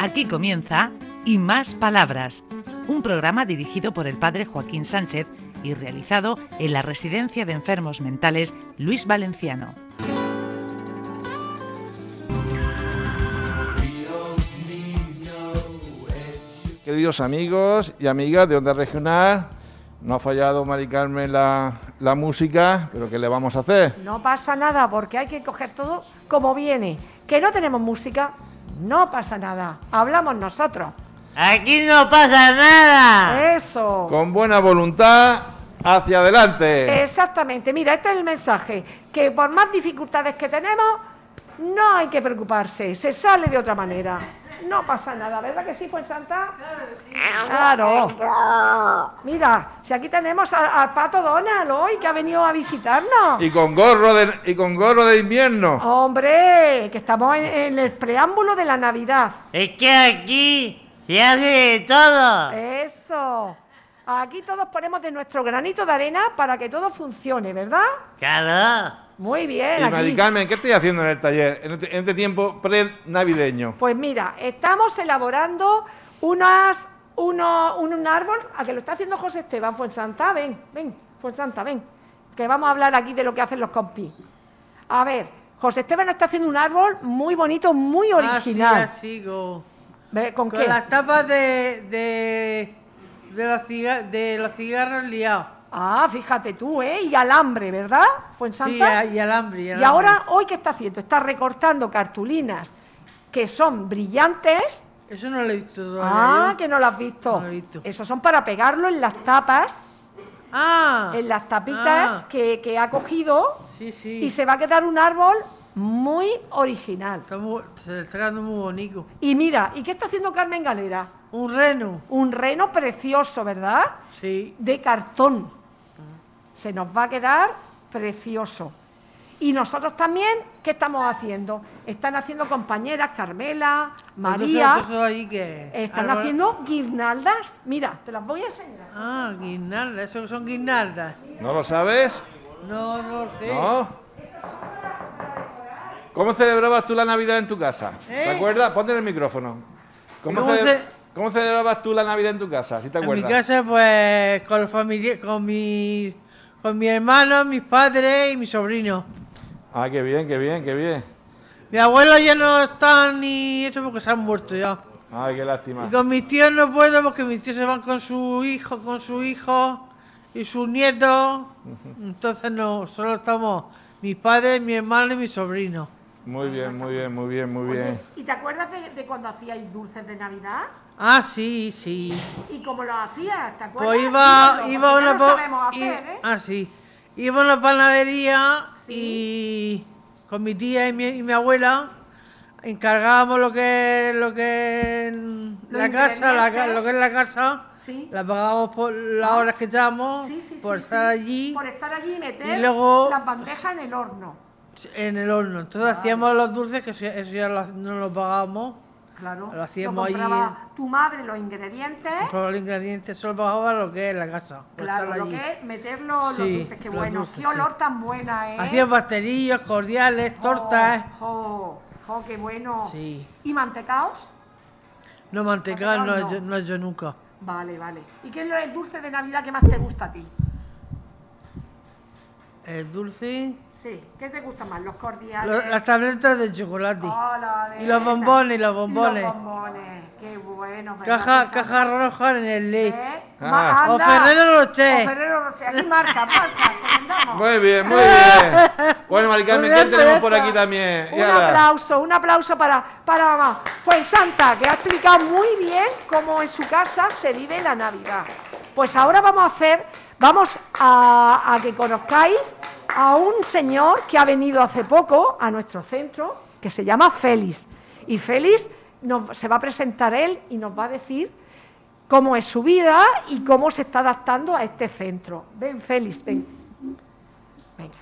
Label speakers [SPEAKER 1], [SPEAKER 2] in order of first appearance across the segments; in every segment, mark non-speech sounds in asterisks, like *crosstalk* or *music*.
[SPEAKER 1] Aquí comienza Y Más Palabras, un programa dirigido por el padre Joaquín Sánchez y realizado en la Residencia de Enfermos Mentales Luis Valenciano.
[SPEAKER 2] Queridos amigos y amigas de Onda Regional, no ha fallado Mari Carmen la, la música, pero ¿qué le vamos a hacer?
[SPEAKER 3] No pasa nada, porque hay que coger todo como viene. Que no tenemos música, no pasa nada. Hablamos nosotros.
[SPEAKER 4] Aquí no pasa nada.
[SPEAKER 3] Eso.
[SPEAKER 2] Con buena voluntad, hacia adelante.
[SPEAKER 3] Exactamente. Mira, este es el mensaje. Que por más dificultades que tenemos, no hay que preocuparse. Se sale de otra manera. No pasa nada, ¿verdad que sí, fue Santa? Claro. Mira, si aquí tenemos a- al pato Donald hoy, que ha venido a visitarnos.
[SPEAKER 2] Y con gorro de, y con gorro de invierno.
[SPEAKER 3] Hombre, que estamos en, en el preámbulo de la Navidad.
[SPEAKER 4] Es que aquí se hace de todo.
[SPEAKER 3] Eso. Aquí todos ponemos de nuestro granito de arena para que todo funcione, ¿verdad?
[SPEAKER 4] Claro.
[SPEAKER 3] Muy
[SPEAKER 2] Y
[SPEAKER 3] bien.
[SPEAKER 2] Mari
[SPEAKER 3] Aquí.
[SPEAKER 2] Carmen, ¿qué estoy haciendo en el taller? En este, en este tiempo pre-navideño.
[SPEAKER 3] Pues mira, estamos elaborando unas, uno, un, un árbol, a que lo está haciendo José Esteban Fuensanta, ven, ven, Fuensanta, ven, que vamos a hablar aquí de lo que hacen los compis. A ver, José Esteban está haciendo un árbol muy bonito, muy original.
[SPEAKER 5] Ah, sí, la sigo.
[SPEAKER 3] Ve, ¿Con
[SPEAKER 5] Con
[SPEAKER 3] qué?
[SPEAKER 5] las tapas de, de, de, los, ciga- de los cigarros liados.
[SPEAKER 3] Ah, fíjate tú, ¿eh? Y alambre, ¿verdad? Fuensanta.
[SPEAKER 5] Sí, a- y alambre.
[SPEAKER 3] Y
[SPEAKER 5] alambre.
[SPEAKER 3] ahora, hoy, ¿qué está haciendo? Está recortando cartulinas que son brillantes.
[SPEAKER 5] Eso no lo he visto todavía.
[SPEAKER 3] Ah,
[SPEAKER 5] yo.
[SPEAKER 3] que no las has visto.
[SPEAKER 5] No lo he visto.
[SPEAKER 3] Esos son para pegarlo en las tapas,
[SPEAKER 5] Ah.
[SPEAKER 3] en las tapitas
[SPEAKER 5] Ah,
[SPEAKER 3] que, que ha cogido
[SPEAKER 5] Sí, sí.
[SPEAKER 3] y se va a quedar un árbol muy original.
[SPEAKER 5] Está muy- se le está quedando muy bonito.
[SPEAKER 3] Y mira, ¿y qué está haciendo Carmen Galera?
[SPEAKER 5] Un reno.
[SPEAKER 3] Un reno precioso, ¿verdad?
[SPEAKER 5] Sí.
[SPEAKER 3] de cartón. Se nos va a quedar precioso. Y nosotros también, ¿qué estamos haciendo? Están haciendo compañeras, Carmela, María,
[SPEAKER 5] Entonces, ¿eso ahí qué es?
[SPEAKER 3] están
[SPEAKER 5] Árbol-
[SPEAKER 3] haciendo guirnaldas. Mira, te las voy a enseñar.
[SPEAKER 5] Ah, guirnaldas. Eso son guirnaldas.
[SPEAKER 2] ¿No lo sabes?
[SPEAKER 5] No, no lo sé.
[SPEAKER 2] ¿No? ¿Cómo celebrabas tú la Navidad en tu casa? ¿Te
[SPEAKER 5] ¿Eh?
[SPEAKER 2] acuerdas? Ponte en el micrófono. ¿Cómo,
[SPEAKER 5] ¿Cómo
[SPEAKER 2] cele-
[SPEAKER 5] se-
[SPEAKER 2] cómo celebrabas tú la Navidad en tu casa? ¿Sí te
[SPEAKER 5] En mi
[SPEAKER 2] acuerdas?
[SPEAKER 5] casa, pues, con los familia- con mi, con mi hermano, mis padres y mis sobrinos.
[SPEAKER 2] Ah, qué bien, qué bien, qué bien.
[SPEAKER 5] Mi abuelo ya no está ni eso porque se han muerto ya.
[SPEAKER 2] Ay, qué lástima.
[SPEAKER 5] Y con mis tíos no puedo porque mis tíos se van con su hijo, con su hijo y sus nietos. Entonces no, solo estamos mis padres, mi hermano y mi sobrino.
[SPEAKER 2] Muy bien, muy bien, muy bien, muy bien.
[SPEAKER 3] ¿Y te acuerdas de, de cuando hacíais dulces de Navidad?
[SPEAKER 5] Ah, sí, sí.
[SPEAKER 3] ¿Y cómo lo hacías? ¿Te acuerdas?
[SPEAKER 5] Pues iba,
[SPEAKER 3] Dímelo,
[SPEAKER 5] iba a
[SPEAKER 3] porque
[SPEAKER 5] una
[SPEAKER 3] ya
[SPEAKER 5] pa-
[SPEAKER 3] lo sabemos
[SPEAKER 5] i-
[SPEAKER 3] hacer, ¿eh?
[SPEAKER 5] Ah, sí. Iba a una panadería y con mi tía y mi, y mi abuela encargábamos lo que lo que es la casa, la ca-
[SPEAKER 3] ingredientes.
[SPEAKER 5] lo que es la casa.
[SPEAKER 3] Sí.
[SPEAKER 5] La pagábamos por las horas que estábamos,
[SPEAKER 3] Ah. Sí, sí, sí,
[SPEAKER 5] por
[SPEAKER 3] sí.
[SPEAKER 5] estar allí
[SPEAKER 3] Por estar allí y meter
[SPEAKER 5] Y luego-
[SPEAKER 3] las bandejas en el horno.
[SPEAKER 5] en el horno. Entonces hacíamos los dulces, que eso ya, eso ya lo- no los pagábamos.
[SPEAKER 3] Claro.
[SPEAKER 5] Lo hacíamos allí.
[SPEAKER 3] compraba tu madre los ingredientes.
[SPEAKER 5] Compraba los ingredientes, solo pagaba lo que es la casa. por
[SPEAKER 3] ¿Eh? Claro,
[SPEAKER 5] estar
[SPEAKER 3] lo
[SPEAKER 5] allí.
[SPEAKER 3] que es meterlo los
[SPEAKER 5] Sí,
[SPEAKER 3] dulces, qué
[SPEAKER 5] los
[SPEAKER 3] bueno.
[SPEAKER 5] dulces,
[SPEAKER 3] qué olor
[SPEAKER 5] sí.
[SPEAKER 3] tan buena, ¿eh?
[SPEAKER 5] Hacíamos pastelillos, cordiales,
[SPEAKER 3] Oh,
[SPEAKER 5] tortas.
[SPEAKER 3] Oh, oh, qué bueno.
[SPEAKER 5] Sí.
[SPEAKER 3] ¿Y mantecaos?
[SPEAKER 5] No, mantecado no,
[SPEAKER 3] Mantecado
[SPEAKER 5] yo-
[SPEAKER 3] no.
[SPEAKER 5] no yo nunca.
[SPEAKER 3] Vale, vale. ¿Y qué es lo- el dulce de Navidad que más te gusta a ti?
[SPEAKER 5] El dulce.
[SPEAKER 3] Sí, ¿qué te gusta más? Los
[SPEAKER 5] lo-
[SPEAKER 3] cordiales.
[SPEAKER 5] las tabletas de chocolate.
[SPEAKER 3] Oh, la
[SPEAKER 5] y los
[SPEAKER 3] avena.
[SPEAKER 5] bombones, los
[SPEAKER 3] Los
[SPEAKER 5] bombones.
[SPEAKER 3] bombones, qué bueno. ¿verdad,
[SPEAKER 5] Caja,
[SPEAKER 3] Susana?
[SPEAKER 5] caja roja en el ley.
[SPEAKER 3] ¿Eh?
[SPEAKER 2] Ah.
[SPEAKER 3] Ma- anda.
[SPEAKER 5] O Ferrero Rocher.
[SPEAKER 3] O Ferrero Rocher. Aquí marca, marca,
[SPEAKER 2] *laughs*
[SPEAKER 3] recomendamos.
[SPEAKER 2] Muy bien, muy bien. Bueno, Mari Carmen,
[SPEAKER 5] Muy
[SPEAKER 2] ¿qué
[SPEAKER 5] bien,
[SPEAKER 2] tenemos por
[SPEAKER 5] maestra.
[SPEAKER 2] aquí también?
[SPEAKER 3] Un
[SPEAKER 2] Y ahora,
[SPEAKER 3] aplauso, un aplauso para, para mamá. Pues Santa, que ha explicado muy bien cómo en su casa se vive la Navidad. Pues ahora vamos a hacer, vamos a, a que conozcáis a un señor que ha venido hace poco a nuestro centro, que se llama Félix. Y Félix nos- se va a presentar él y nos va a decir cómo es su vida y cómo se está adaptando a este centro. Ven, Félix, ven. Venga.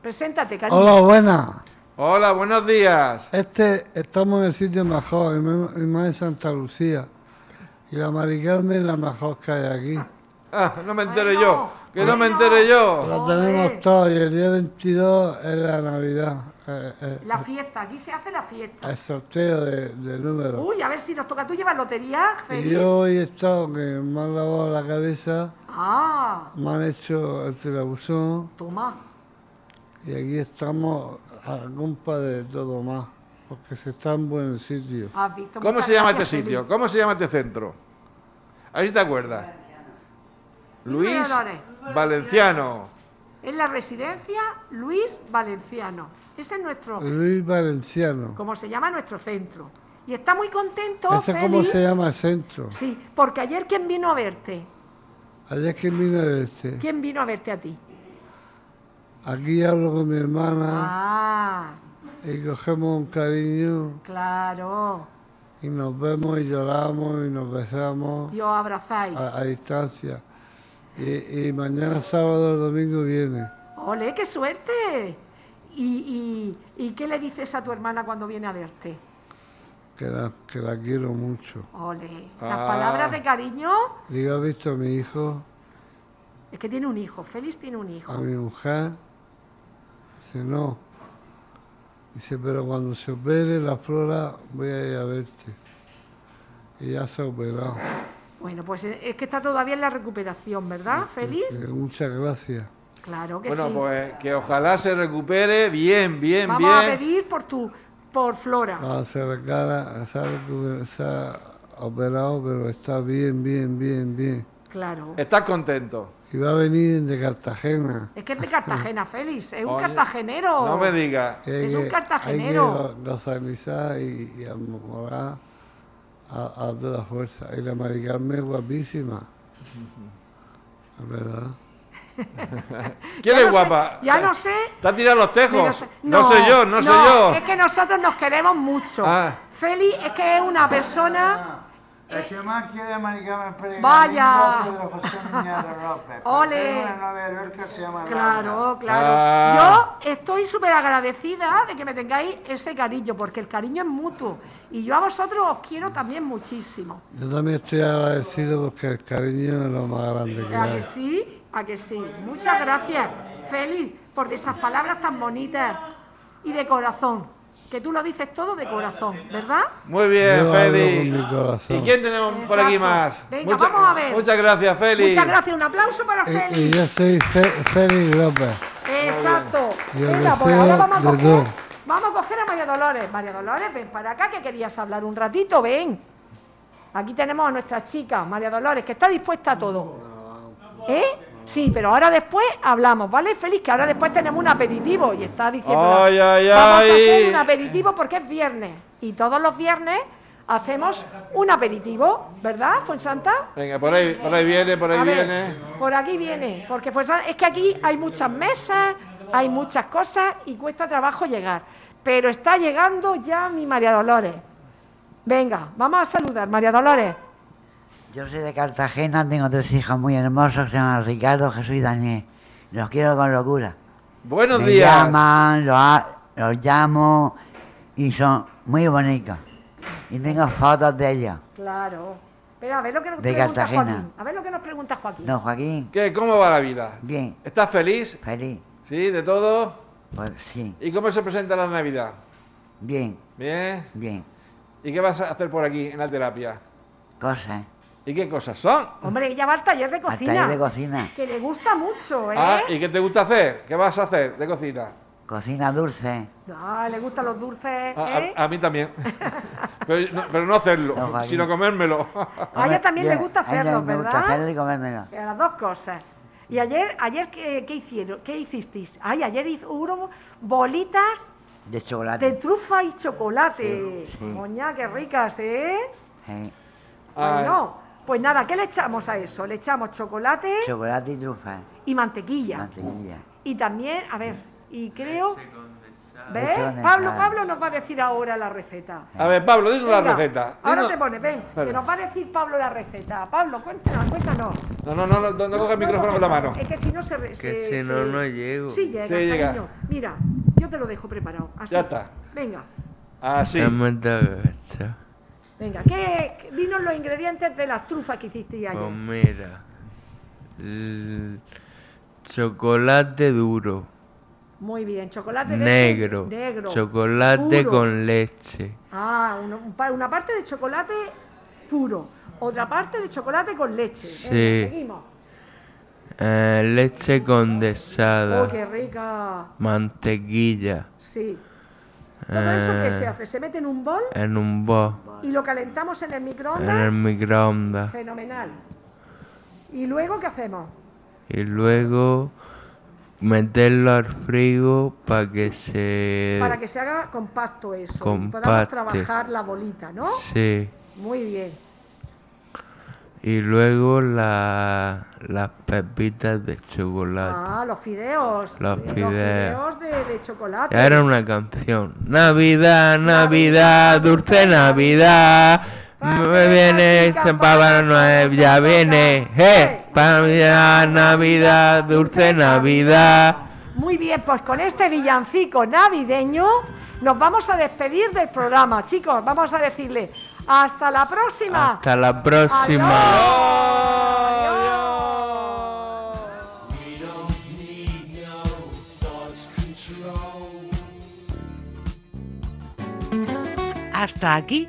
[SPEAKER 3] Preséntate, cariño.
[SPEAKER 6] Hola, buenas.
[SPEAKER 2] Hola, buenos días.
[SPEAKER 6] Este, estamos en el sitio mejor, el me- el más en Santa Lucía. Y la Mari Carmen es la mejor que hay aquí.
[SPEAKER 2] Ah, no me
[SPEAKER 3] Ay,
[SPEAKER 2] entere
[SPEAKER 3] no.
[SPEAKER 2] yo. Que no
[SPEAKER 3] Ay,
[SPEAKER 2] me
[SPEAKER 3] no.
[SPEAKER 2] entere yo.
[SPEAKER 6] Lo
[SPEAKER 3] Joder.
[SPEAKER 6] tenemos todo y el día 22 es la Navidad. Eh, eh,
[SPEAKER 3] La fiesta, aquí se hace la fiesta.
[SPEAKER 2] Ah,
[SPEAKER 6] el sorteo de, de números.
[SPEAKER 3] Uy, a ver si nos toca. ¿Tú llevas lotería,
[SPEAKER 6] Y
[SPEAKER 3] Félix?
[SPEAKER 6] yo hoy he estado que me han lavado la cabeza,
[SPEAKER 3] Ah,
[SPEAKER 6] me han hecho el tirabuzón
[SPEAKER 3] toma.
[SPEAKER 6] y aquí estamos a la compa de todo más, porque se está en buen sitio.
[SPEAKER 3] Has visto.
[SPEAKER 2] ¿Cómo
[SPEAKER 3] Muchas
[SPEAKER 2] se llama este
[SPEAKER 3] gracias, Félix.
[SPEAKER 2] sitio? ¿Cómo se llama este centro? A ver si te acuerdas. Luis
[SPEAKER 3] Dolores.
[SPEAKER 2] Valenciano.
[SPEAKER 3] Es la residencia Luis Valenciano. Ese es nuestro,
[SPEAKER 6] Luis Valenciano.
[SPEAKER 3] como se llama nuestro centro. Y está muy contento,
[SPEAKER 6] ¿Ese cómo
[SPEAKER 3] Félix.
[SPEAKER 6] se llama el centro?
[SPEAKER 3] Sí, porque ayer quién vino a verte.
[SPEAKER 6] Ayer que vino de este.
[SPEAKER 3] ¿Quién vino a verte a ti?
[SPEAKER 6] Aquí hablo con mi hermana
[SPEAKER 3] Ah,
[SPEAKER 6] y cogemos un cariño
[SPEAKER 3] claro.
[SPEAKER 6] y nos vemos y lloramos y nos besamos
[SPEAKER 3] Y os abrazáis.
[SPEAKER 2] Ah,
[SPEAKER 6] a, a distancia. Y, y mañana sábado o domingo viene.
[SPEAKER 2] ah.
[SPEAKER 3] ¡Ole, qué suerte! ¿Y, y, y qué le dices a tu hermana cuando viene a verte?
[SPEAKER 6] que la, que la quiero mucho.
[SPEAKER 3] Ole, las
[SPEAKER 2] Ah.
[SPEAKER 3] palabras de cariño.
[SPEAKER 6] Digo, ha visto a mi hijo,
[SPEAKER 3] Es que tiene un hijo, Félix tiene un
[SPEAKER 6] a
[SPEAKER 3] hijo.
[SPEAKER 6] mi mujer. Dice, no. Dice, pero cuando se opere la flora voy a ir a verte. Y ya se ha operado.
[SPEAKER 3] Bueno, pues es es que está todavía en la recuperación, ¿verdad, Félix?
[SPEAKER 6] Eh, Muchas gracias.
[SPEAKER 3] Claro que
[SPEAKER 2] Bueno,
[SPEAKER 3] sí.
[SPEAKER 2] pues que ojalá se recupere bien, bien,
[SPEAKER 3] Vamos a
[SPEAKER 2] bien. Ah.
[SPEAKER 3] pedir por tu, por Flora.
[SPEAKER 6] No, se recupera, se ha recu- se ha operado, pero está bien, bien, bien, bien.
[SPEAKER 3] Claro.
[SPEAKER 2] ¿Estás contento?
[SPEAKER 6] Y va a venir de Cartagena.
[SPEAKER 3] Es que es de Cartagena, *laughs* Félix. Es un
[SPEAKER 2] Oye,
[SPEAKER 3] cartagenero.
[SPEAKER 2] No me digas.
[SPEAKER 6] Que hay
[SPEAKER 3] Es un
[SPEAKER 6] que-
[SPEAKER 3] cartagenero.
[SPEAKER 6] Hay que gozalizar y, y amorar a, a toda fuerza. Y la Mari Carmen es guapísima. Es verdad.
[SPEAKER 2] ¿Quién
[SPEAKER 3] Ya
[SPEAKER 2] es
[SPEAKER 3] no sé-
[SPEAKER 2] guapa?
[SPEAKER 3] ya no sé.
[SPEAKER 2] ¿Te has tirado los
[SPEAKER 3] pero
[SPEAKER 2] tejos?
[SPEAKER 3] sé-
[SPEAKER 2] No, sé yo, no, sé yo.
[SPEAKER 3] Es que nosotros nos queremos mucho.
[SPEAKER 2] Ah.
[SPEAKER 3] Félix es que es una persona.
[SPEAKER 7] Ah, El que más quiere Maricarmen Pérez
[SPEAKER 3] Vaya.
[SPEAKER 7] Galindo, Pedro
[SPEAKER 3] *laughs*
[SPEAKER 7] José Miñarro López. pero
[SPEAKER 3] Ole.
[SPEAKER 7] Tengo una novia de Lorca que se llama Laura.
[SPEAKER 3] Claro, claro.
[SPEAKER 2] Ah.
[SPEAKER 3] Yo estoy súper agradecida de que me tengáis ese cariño, porque el cariño es mutuo. Y yo a vosotros os quiero también muchísimo.
[SPEAKER 6] Yo también estoy agradecido porque el cariño es lo más grande que
[SPEAKER 3] ¿A que
[SPEAKER 6] hay.
[SPEAKER 3] sí? ¿A que sí? Muchas gracias, Félix, por esas palabras tan bonitas y de corazón. Que tú lo dices todo de corazón, ¿verdad?
[SPEAKER 2] Muy bien,
[SPEAKER 6] Yo hablo con mi
[SPEAKER 2] Félix.
[SPEAKER 6] corazón.
[SPEAKER 2] ¿Y quién tenemos por aquí
[SPEAKER 3] Exacto.
[SPEAKER 2] más?
[SPEAKER 3] Venga, vamos a ver.
[SPEAKER 2] Muchas gracias, Félix.
[SPEAKER 3] Muchas gracias, un aplauso para
[SPEAKER 6] Y, y
[SPEAKER 3] Félix.
[SPEAKER 6] yo soy Fe- Félix López.
[SPEAKER 3] Exacto.
[SPEAKER 6] bien. Y el
[SPEAKER 3] Venga, pues
[SPEAKER 6] deseo
[SPEAKER 3] ahora vamos a
[SPEAKER 6] de
[SPEAKER 3] coger.
[SPEAKER 6] Dios.
[SPEAKER 3] Vamos a coger a María Dolores. María Dolores, ven para acá que querías hablar un ratito, ven. Aquí tenemos a nuestra chica, María Dolores, que está dispuesta a todo. ¿Eh? Sí, pero ahora después hablamos, ¿vale? Feliz que ahora después tenemos un aperitivo y está diciendo.
[SPEAKER 2] Ay, ay,
[SPEAKER 3] vamos
[SPEAKER 2] ay.
[SPEAKER 3] a hacer un aperitivo porque es viernes. Y todos los viernes hacemos un aperitivo, ¿verdad, Fuensanta?
[SPEAKER 2] Venga, por ahí, por ahí viene, por ahí
[SPEAKER 3] A ver,
[SPEAKER 2] viene.
[SPEAKER 3] por aquí viene, porque pues, es que aquí hay muchas mesas, hay muchas cosas y cuesta trabajo llegar. Pero está llegando ya mi María Dolores. Venga, vamos a saludar, María Dolores.
[SPEAKER 4] Yo soy de Cartagena, tengo tres hijos muy hermosos, se llaman Ricardo, Jesús y Daniel. Los quiero con locura.
[SPEAKER 2] Buenos
[SPEAKER 4] Me
[SPEAKER 2] días.
[SPEAKER 4] llaman, lo ha- los, llamo y son muy bonitos. Y tengo fotos de ellos.
[SPEAKER 3] Claro. Pero a ver lo que nos
[SPEAKER 4] De
[SPEAKER 3] pregunta
[SPEAKER 4] Cartagena.
[SPEAKER 3] Joaquín. A ver lo que nos pregunta Joaquín.
[SPEAKER 4] Don Joaquín,
[SPEAKER 2] ¿Qué, ¿Cómo va la vida?
[SPEAKER 4] bien,
[SPEAKER 2] ¿Estás feliz?
[SPEAKER 4] feliz.
[SPEAKER 2] ¿Sí? ¿De todo?
[SPEAKER 4] Pues sí,
[SPEAKER 2] ¿Y cómo se presenta la Navidad?
[SPEAKER 4] bien,
[SPEAKER 2] ¿Bien?
[SPEAKER 4] bien.
[SPEAKER 2] ¿Y qué vas a hacer por aquí en la terapia?
[SPEAKER 4] Cosas.
[SPEAKER 2] ¿Y qué cosas son?
[SPEAKER 3] Hombre, ella va al taller de
[SPEAKER 4] Al
[SPEAKER 3] cocina.
[SPEAKER 4] taller de cocina.
[SPEAKER 3] Que le gusta mucho, ¿eh?
[SPEAKER 2] Ah, ¿y qué te gusta hacer? ¿Qué vas a hacer de cocina?
[SPEAKER 4] Cocina dulce. ¿eh?
[SPEAKER 3] Ah, le gustan los dulces,
[SPEAKER 2] A, a-
[SPEAKER 3] ¿eh?
[SPEAKER 2] a mí también. *laughs* pero, no, pero no hacerlo,
[SPEAKER 4] No, Joaquín.
[SPEAKER 2] sino comérmelo.
[SPEAKER 3] A ella Ah, también le gusta
[SPEAKER 4] ah, A ella
[SPEAKER 3] hacerlo,
[SPEAKER 4] me gusta
[SPEAKER 3] ¿verdad?
[SPEAKER 4] hacerlo y comérmelo.
[SPEAKER 3] A las dos cosas. Y ayer, ayer ¿qué, qué hicieron? ¿Qué hicisteis? Ay, ayer hizo uno bolitas
[SPEAKER 4] De chocolate.
[SPEAKER 3] de trufa y chocolate.
[SPEAKER 4] Sí, sí.
[SPEAKER 3] Coña, qué ricas, ¿eh?
[SPEAKER 2] Ay.
[SPEAKER 4] Sí.
[SPEAKER 3] Bueno, pues nada, ¿qué le echamos a eso? Le echamos chocolate
[SPEAKER 4] Chocolate y trufa.
[SPEAKER 3] y mantequilla.
[SPEAKER 4] Mantequilla.
[SPEAKER 3] Y también, a ver, y creo... ¿Ves?
[SPEAKER 4] Leche condensada.
[SPEAKER 3] Pablo, Pablo nos va a decir ahora la receta.
[SPEAKER 2] a ver, Pablo, dinos la
[SPEAKER 3] Venga,
[SPEAKER 2] receta.
[SPEAKER 3] Ahora
[SPEAKER 2] Dinos-
[SPEAKER 3] te pones, ven, que
[SPEAKER 2] Espera.
[SPEAKER 3] nos va a decir Pablo la receta. Pablo, cuéntanos, cuéntanos.
[SPEAKER 2] No, no, no, no, no, cojas el micrófono con la mano.
[SPEAKER 3] Es que si no se... re- se-
[SPEAKER 8] si no,
[SPEAKER 3] se-
[SPEAKER 8] no llego.
[SPEAKER 3] Sí llega,
[SPEAKER 2] Sí llega.
[SPEAKER 3] cariño. Mira, yo te lo dejo preparado. Así.
[SPEAKER 2] Ya está.
[SPEAKER 3] Venga,
[SPEAKER 2] Así.
[SPEAKER 8] Ya me da gacha.
[SPEAKER 3] venga. ¿Qué, qué- dinos los ingredientes de las trufas que hiciste ayer.
[SPEAKER 8] Pues mira, l- chocolate duro,
[SPEAKER 3] Muy bien, chocolate Ah, de-
[SPEAKER 8] negro,
[SPEAKER 3] negro,
[SPEAKER 8] chocolate
[SPEAKER 3] puro.
[SPEAKER 8] con leche,
[SPEAKER 3] Ah, uno- un pa- una parte de chocolate puro, otra parte de chocolate con leche. Venga,
[SPEAKER 8] Sí.
[SPEAKER 3] seguimos.
[SPEAKER 8] eh, leche condensada,
[SPEAKER 3] Oh, qué rica.
[SPEAKER 8] mantequilla
[SPEAKER 3] Sí. Todo eso que
[SPEAKER 8] Eh.
[SPEAKER 3] se hace, se mete en un bol
[SPEAKER 8] en un bol,
[SPEAKER 3] y lo calentamos en el microondas.
[SPEAKER 8] en el microondas
[SPEAKER 3] Fenomenal. ¿Y luego qué hacemos?
[SPEAKER 8] y luego meterlo al frigo para que se...
[SPEAKER 3] Para que se haga compacto eso y podamos
[SPEAKER 8] Eh, compacte.
[SPEAKER 3] trabajar la bolita, ¿no?
[SPEAKER 8] Sí.
[SPEAKER 3] Muy bien.
[SPEAKER 8] Y luego la, las pepitas de chocolate.
[SPEAKER 3] Ah, los fideos.
[SPEAKER 8] Los
[SPEAKER 3] fideos
[SPEAKER 8] fideos.
[SPEAKER 3] de, de chocolate.
[SPEAKER 8] Ya era una canción. Navidad,
[SPEAKER 3] Navidad,
[SPEAKER 8] Navidad, dulce Navidad.
[SPEAKER 3] Papá
[SPEAKER 8] Me viene
[SPEAKER 3] Noel,
[SPEAKER 8] San Papá Noel, ya
[SPEAKER 3] Santa
[SPEAKER 8] viene.
[SPEAKER 3] Claus.
[SPEAKER 8] ¡Eh!
[SPEAKER 3] ¡Eh!
[SPEAKER 8] Para Navidad, Navidad, dulce Navidad.
[SPEAKER 3] Muy bien, pues con este villancico navideño nos vamos a despedir del programa, chicos. Vamos a decirle hasta la próxima.
[SPEAKER 8] Hasta la próxima.
[SPEAKER 1] Hasta aquí